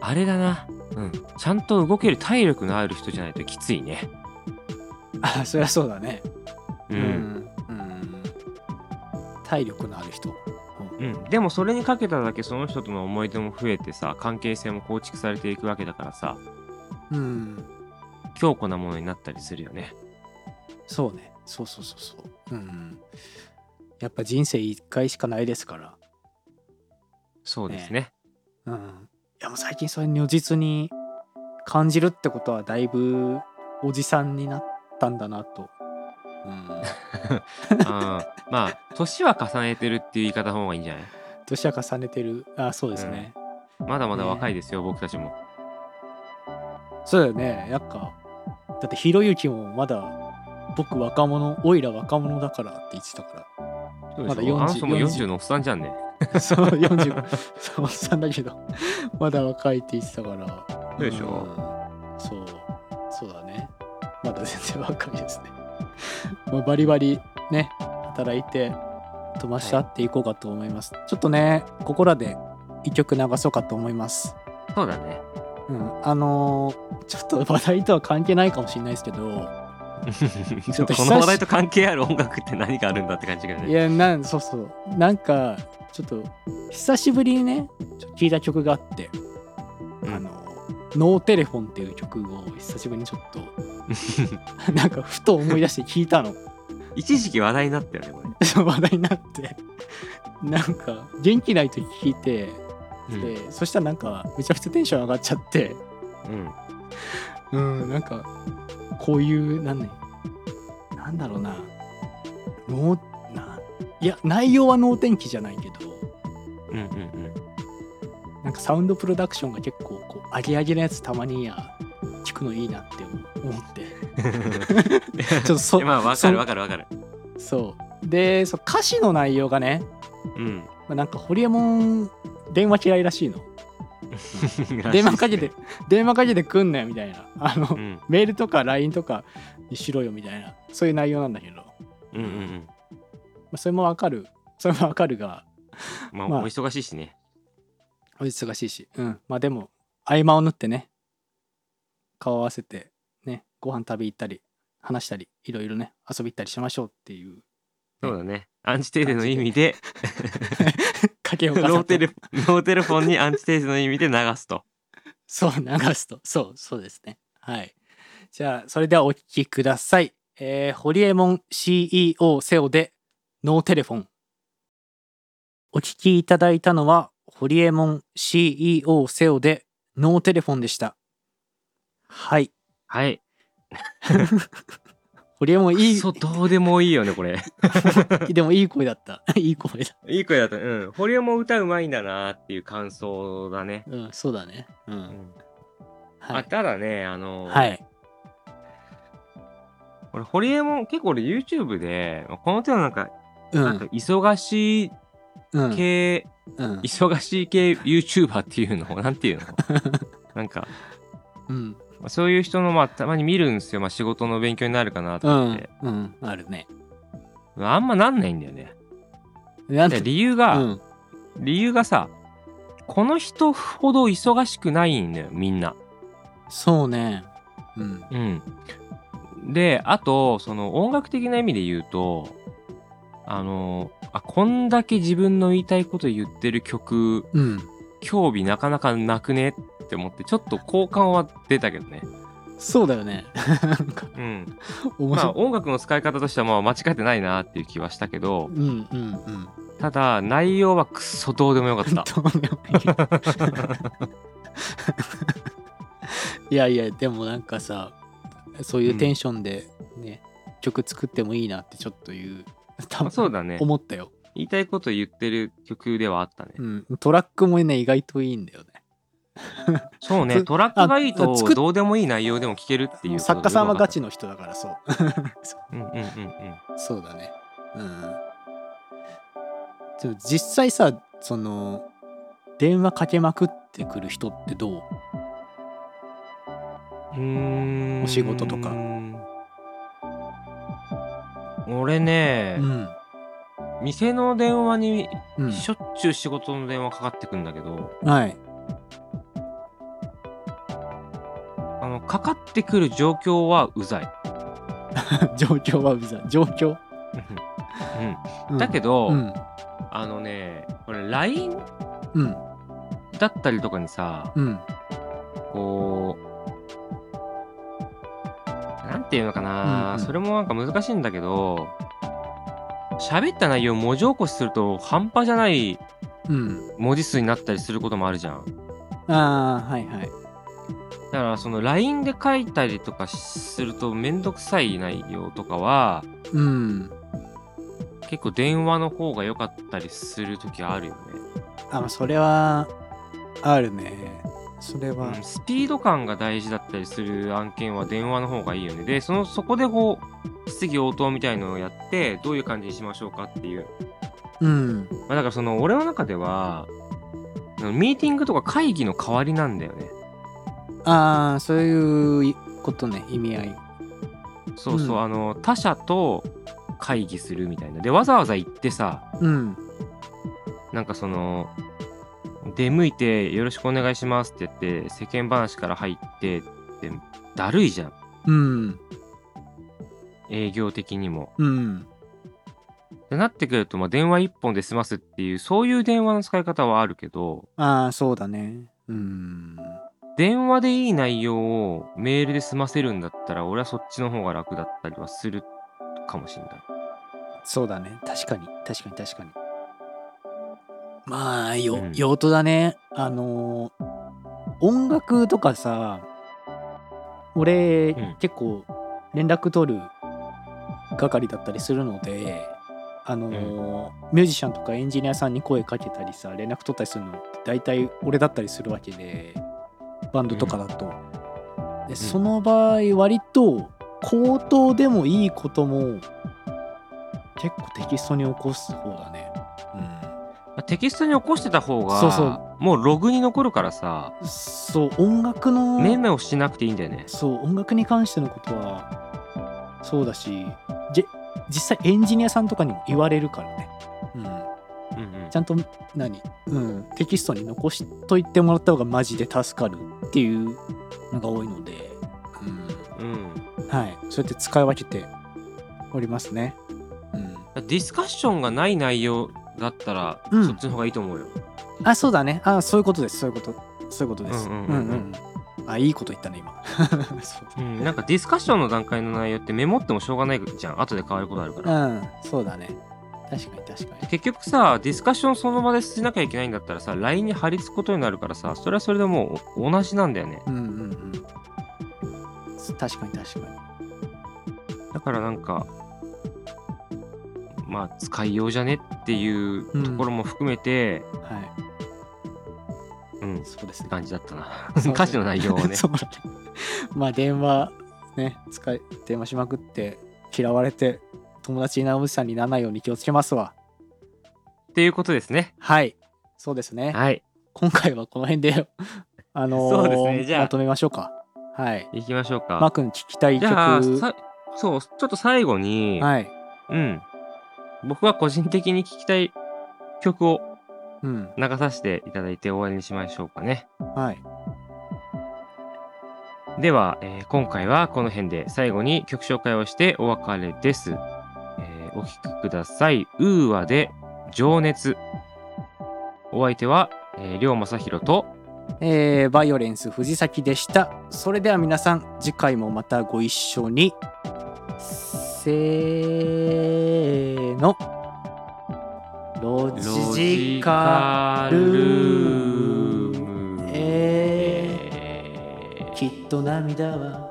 Speaker 1: あれだなうんちゃんと動ける体力のある人じゃないときついね
Speaker 2: あそりゃそうだね
Speaker 1: う、
Speaker 2: うんうん体力のある人
Speaker 1: うん、でもそれにかけただけその人との思い出も増えてさ関係性も構築されていくわけだからさ
Speaker 2: うん
Speaker 1: 強固なものになったりするよね
Speaker 2: そうねそうそうそうそううんやっぱ人生一回しかないですから
Speaker 1: そうですね
Speaker 2: うんいやもう最近それ如実に感じるってことはだいぶおじさんになったんだなと、うん、
Speaker 1: あーまあ年は重ねてるっていう言い方の方がいいんじゃない
Speaker 2: 年は重ねてるあそうですね、
Speaker 1: まだまだ若いですよ、僕たちも
Speaker 2: そうだよねなんかだってひろゆきもまだ僕若者おいら若者だからって言ってたか
Speaker 1: そう
Speaker 2: まだ
Speaker 1: でしょ
Speaker 2: 40
Speaker 1: あの人も
Speaker 2: 40
Speaker 1: 40のおっさんじゃんね
Speaker 2: ら そう45そうおっさんだけどまだ若いって言ってたから
Speaker 1: そうでしょ
Speaker 2: うんそうそうだねまだ全然若いですね もうバリバリね働いて飛ばし合っていこうかと思います、ちょっとねここらで一曲流そうかと思います
Speaker 1: そうだ ね
Speaker 2: うん、あのーちょっと話題とは関係ないかもしれないです けど、ちょっと久し
Speaker 1: この話題と関係ある音楽って何があるんだって感じだけど
Speaker 2: い
Speaker 1: ね
Speaker 2: やなんそうそうなんかちょっと久しぶりにねちょっと聞いた曲があって「
Speaker 1: うん
Speaker 2: あのノーテレフォン」っていう曲を久しぶりにちょっとなんかふと 思い出して聞いたの
Speaker 1: 一時期話題になったよねこ
Speaker 2: 話題になってなんか元気ない時聞いて、
Speaker 1: れ、うん
Speaker 2: でそしたらなんかめちゃくちゃテンション上がっちゃって
Speaker 1: うん
Speaker 2: うんなんかこういうなん,、ね、なんだろうなノーないや内容は能天気じゃないけど
Speaker 1: うんうんうん
Speaker 2: なんかサウンドプロダクションが結構こうアゲアゲなやつたまにや聞くのいいなって思思って ちょっとそ
Speaker 1: えまあわか
Speaker 2: そ
Speaker 1: るわかるわかる
Speaker 2: そうでそう歌詞の内容がね、
Speaker 1: うん
Speaker 2: まあなんかホリエモン電話嫌いらしいの電話かけて、電話かけてくんなよみたいなあの、
Speaker 1: うん、
Speaker 2: メールとか LINE とかにしろよみたいなそういう内容なんだけど、ま
Speaker 1: うんうんうん
Speaker 2: あ、それもわかるそれもわかるが
Speaker 1: まあ、
Speaker 2: まあ
Speaker 1: お忙しいしね
Speaker 2: お忙しいしうんまあでも合間を縫ってね顔合わせてねご飯食べ行ったり話したりいろいろね遊び行ったりしましょうっていう
Speaker 1: そうだねアンチテーゼの意味で
Speaker 2: かけを重ねて
Speaker 1: ノーテ レノーテレフォンにアンチテーゼの意味で流すと
Speaker 2: そう流すとそうそうですねはいじゃあそれではお聞きくださいえー、ホリエモン CEO セオでノーテレフォンお聞きいただいたのはホリエモン CEO セオでノーテレフォンでしたはい
Speaker 1: はい
Speaker 2: ホリエモンいい
Speaker 1: そうどうでもいいよねこれ
Speaker 2: でもいい声だった。いい声だ。
Speaker 1: いい声だったうん堀江も歌うまいんだなっていう感想だね、
Speaker 2: うん、そうだね。うん。は
Speaker 1: あ
Speaker 2: い。
Speaker 1: ただねあの、
Speaker 2: はい。
Speaker 1: 俺堀江も結構俺 YouTube でこの手のなんか
Speaker 2: う
Speaker 1: なんか
Speaker 2: ん。
Speaker 1: 忙しい
Speaker 2: うん。
Speaker 1: 系、
Speaker 2: うん
Speaker 1: 忙しい系 YouTuber っていうのなんて いうのなんか
Speaker 2: うん。
Speaker 1: そういう人のまあたまに見るんですよ、まあ、仕事の勉強になるかなと
Speaker 2: う
Speaker 1: 思っ
Speaker 2: ん
Speaker 1: て、。
Speaker 2: うん。あるね。
Speaker 1: あんまなんないんだよね
Speaker 2: なん
Speaker 1: で
Speaker 2: で
Speaker 1: 理由が、
Speaker 2: うん。
Speaker 1: 理由がさこの人ほど忙しくないんだよみんな
Speaker 2: そうね。うん。
Speaker 1: うんであとその音楽的な意味で言うとあのあこんだけ自分の言いたいこと言ってる曲
Speaker 2: うん。
Speaker 1: 興味なかなかなくねって思ってちょっと好感は出たけどね
Speaker 2: そうだよね。 なんか、
Speaker 1: うん
Speaker 2: 面
Speaker 1: まあ
Speaker 2: 白
Speaker 1: 音楽の使い方としてはまあ間違ってないなっていう気はしたけど
Speaker 2: い。うんうんうん。
Speaker 1: ただ内容はくっそどうでもよかった
Speaker 2: どうでもいいいやいや、でもなんかさ、そういうテンションでね、曲作ってもいいなってちょっという、多 分
Speaker 1: そうだね
Speaker 2: 思ったよ。
Speaker 1: 言いたいこと言ってる曲ではあったね
Speaker 2: うん。トラックもね、意外といいんだよね。
Speaker 1: そうね
Speaker 2: つ
Speaker 1: トラックがいい
Speaker 2: あ
Speaker 1: と
Speaker 2: 作っ
Speaker 1: どうでもいい内容でも聴けるっていうこと
Speaker 2: 作家さんはガチ
Speaker 1: の
Speaker 2: の人だからそう そう
Speaker 1: うんうんうんうん
Speaker 2: そうだねうんでも実際さその電話かけまくってくる人ってどう
Speaker 1: うん
Speaker 2: お仕事とか
Speaker 1: 俺ね、
Speaker 2: うん
Speaker 1: 店の電話に
Speaker 2: うん
Speaker 1: しょっちゅう仕事の電話かかってくんだけど、
Speaker 2: はい
Speaker 1: あのかかってくる状況はうざい、
Speaker 2: 状況はうざい状況、
Speaker 1: うん、だけ
Speaker 2: ど
Speaker 1: ど、
Speaker 2: うん
Speaker 1: あのねこれ LINE
Speaker 2: うん
Speaker 1: だったりとかにさ
Speaker 2: うん
Speaker 1: こうなんていうのかな、
Speaker 2: うんうん
Speaker 1: それもなんか難しいんだけど喋った内容を文字起こしすると半端じゃない
Speaker 2: うん
Speaker 1: 文字数になったりすることもあるじゃん
Speaker 2: ああはいはい
Speaker 1: だからその LINE で書いたりとかするとめんどくさい内容とかは
Speaker 2: うん
Speaker 1: 結構電話の方が良かったりする時あるよね、
Speaker 2: あまあそれはあるねそれは
Speaker 1: うん、スピード感が大事だったりする案件は電話の方がいいよねでそのそこでこう質疑応答みたいのをやってどういう感じにしましょうかっていう、
Speaker 2: うん
Speaker 1: まあ、だからその俺の中ではあのミーティングとか会議の代わりなんだよね
Speaker 2: ああそういうことね意味合い
Speaker 1: そうそう、
Speaker 2: うん
Speaker 1: あの他者と会議するみたいなでわざわざ行ってさ
Speaker 2: うん
Speaker 1: なんかその出向いて「よろしくお願いします」って言って世間話から入ってってだるいじゃん
Speaker 2: うん
Speaker 1: 営業的にも。
Speaker 2: うん
Speaker 1: ってなってくると、まあ、電話一本で済ますっていうそういう電話の使い方はあるけど
Speaker 2: ああそうだねうん
Speaker 1: 電話でいい内容をメールで済ませるんだったら俺はそっちの方が楽だったりはするかもしれない。
Speaker 2: そうだね確かに確かに確かにまあよ、
Speaker 1: うん
Speaker 2: 用途だねあのー音楽とかさ俺、
Speaker 1: うん
Speaker 2: 結構連絡取る係だったりするのであのーミュージシャンとかエンジニアさんに声かけたりさ連絡取ったりするのって大体俺だったりするわけでバンドとかだと、でその場合割と口頭でもいいことも結構テキストに起こす方だね
Speaker 1: まあテキストに起こしてた方が
Speaker 2: そうそ
Speaker 1: もうログに残るからさ
Speaker 2: うんそう音楽の
Speaker 1: メモをしなくていいんだよね。
Speaker 2: そう音楽に関してのことはそうだしじ実際エンジニアさんとかにも言われるからね、うん、
Speaker 1: うんうん
Speaker 2: ちゃんと何、うん、テキストに残しといてもらった方がマジで助かるっていうのが多いので、
Speaker 1: うん
Speaker 2: うん、はいそうやって使い分けておりますね、うん、
Speaker 1: ディスカッションがない内容だったら、
Speaker 2: うん
Speaker 1: そっちの方がいいと思うよ。
Speaker 2: あそうだねあそういうことですそういうことそういうことです
Speaker 1: うんうんうんうん
Speaker 2: うんあいいこと言ったね今 そう
Speaker 1: うん、なんかディスカッションの段階の内容ってメモってもしょうがないじゃん後で変わることあるから。
Speaker 2: うんそうだね確かに確かに
Speaker 1: 結局さディスカッションその場でしなきゃいけないんだったらさ LINE に貼り付くことになるからさそれはそれでもうお同じなんだよね
Speaker 2: うんうんうん確かに確かに
Speaker 1: だからなんかまあ使いようじゃねっていうところも含めて、
Speaker 2: はい
Speaker 1: うんっ
Speaker 2: そうです
Speaker 1: て
Speaker 2: ね
Speaker 1: 感じだったな
Speaker 2: そう
Speaker 1: 歌詞の内容をね
Speaker 2: そうだねまあ電話ね使い電話しまくって嫌われて友達に直しさんにならないように気をつけますわ
Speaker 1: っていうことですね
Speaker 2: はいそうですね
Speaker 1: はい
Speaker 2: 今回はこの辺 であのー
Speaker 1: そうですねじゃあ
Speaker 2: まとめましょうかはい
Speaker 1: 行きましょうか、
Speaker 2: マー君聞きたい
Speaker 1: じゃあ
Speaker 2: 曲
Speaker 1: さそうちょっと最後に、
Speaker 2: はい
Speaker 1: うん僕は個人的に聴きたい曲を
Speaker 2: うん
Speaker 1: 流させていただいて終わりにしましょうかね
Speaker 2: はい
Speaker 1: では、えー今回はこの辺で最後に曲紹介をしてお別れです。えーお聴きください。ウーアで情熱。お相手は、えー、りょうまさひろと、
Speaker 2: えーバイオレンス藤崎でしたそれでは皆さん次回もまたご一緒にせーのロジカルー
Speaker 1: ム
Speaker 2: えきっと涙は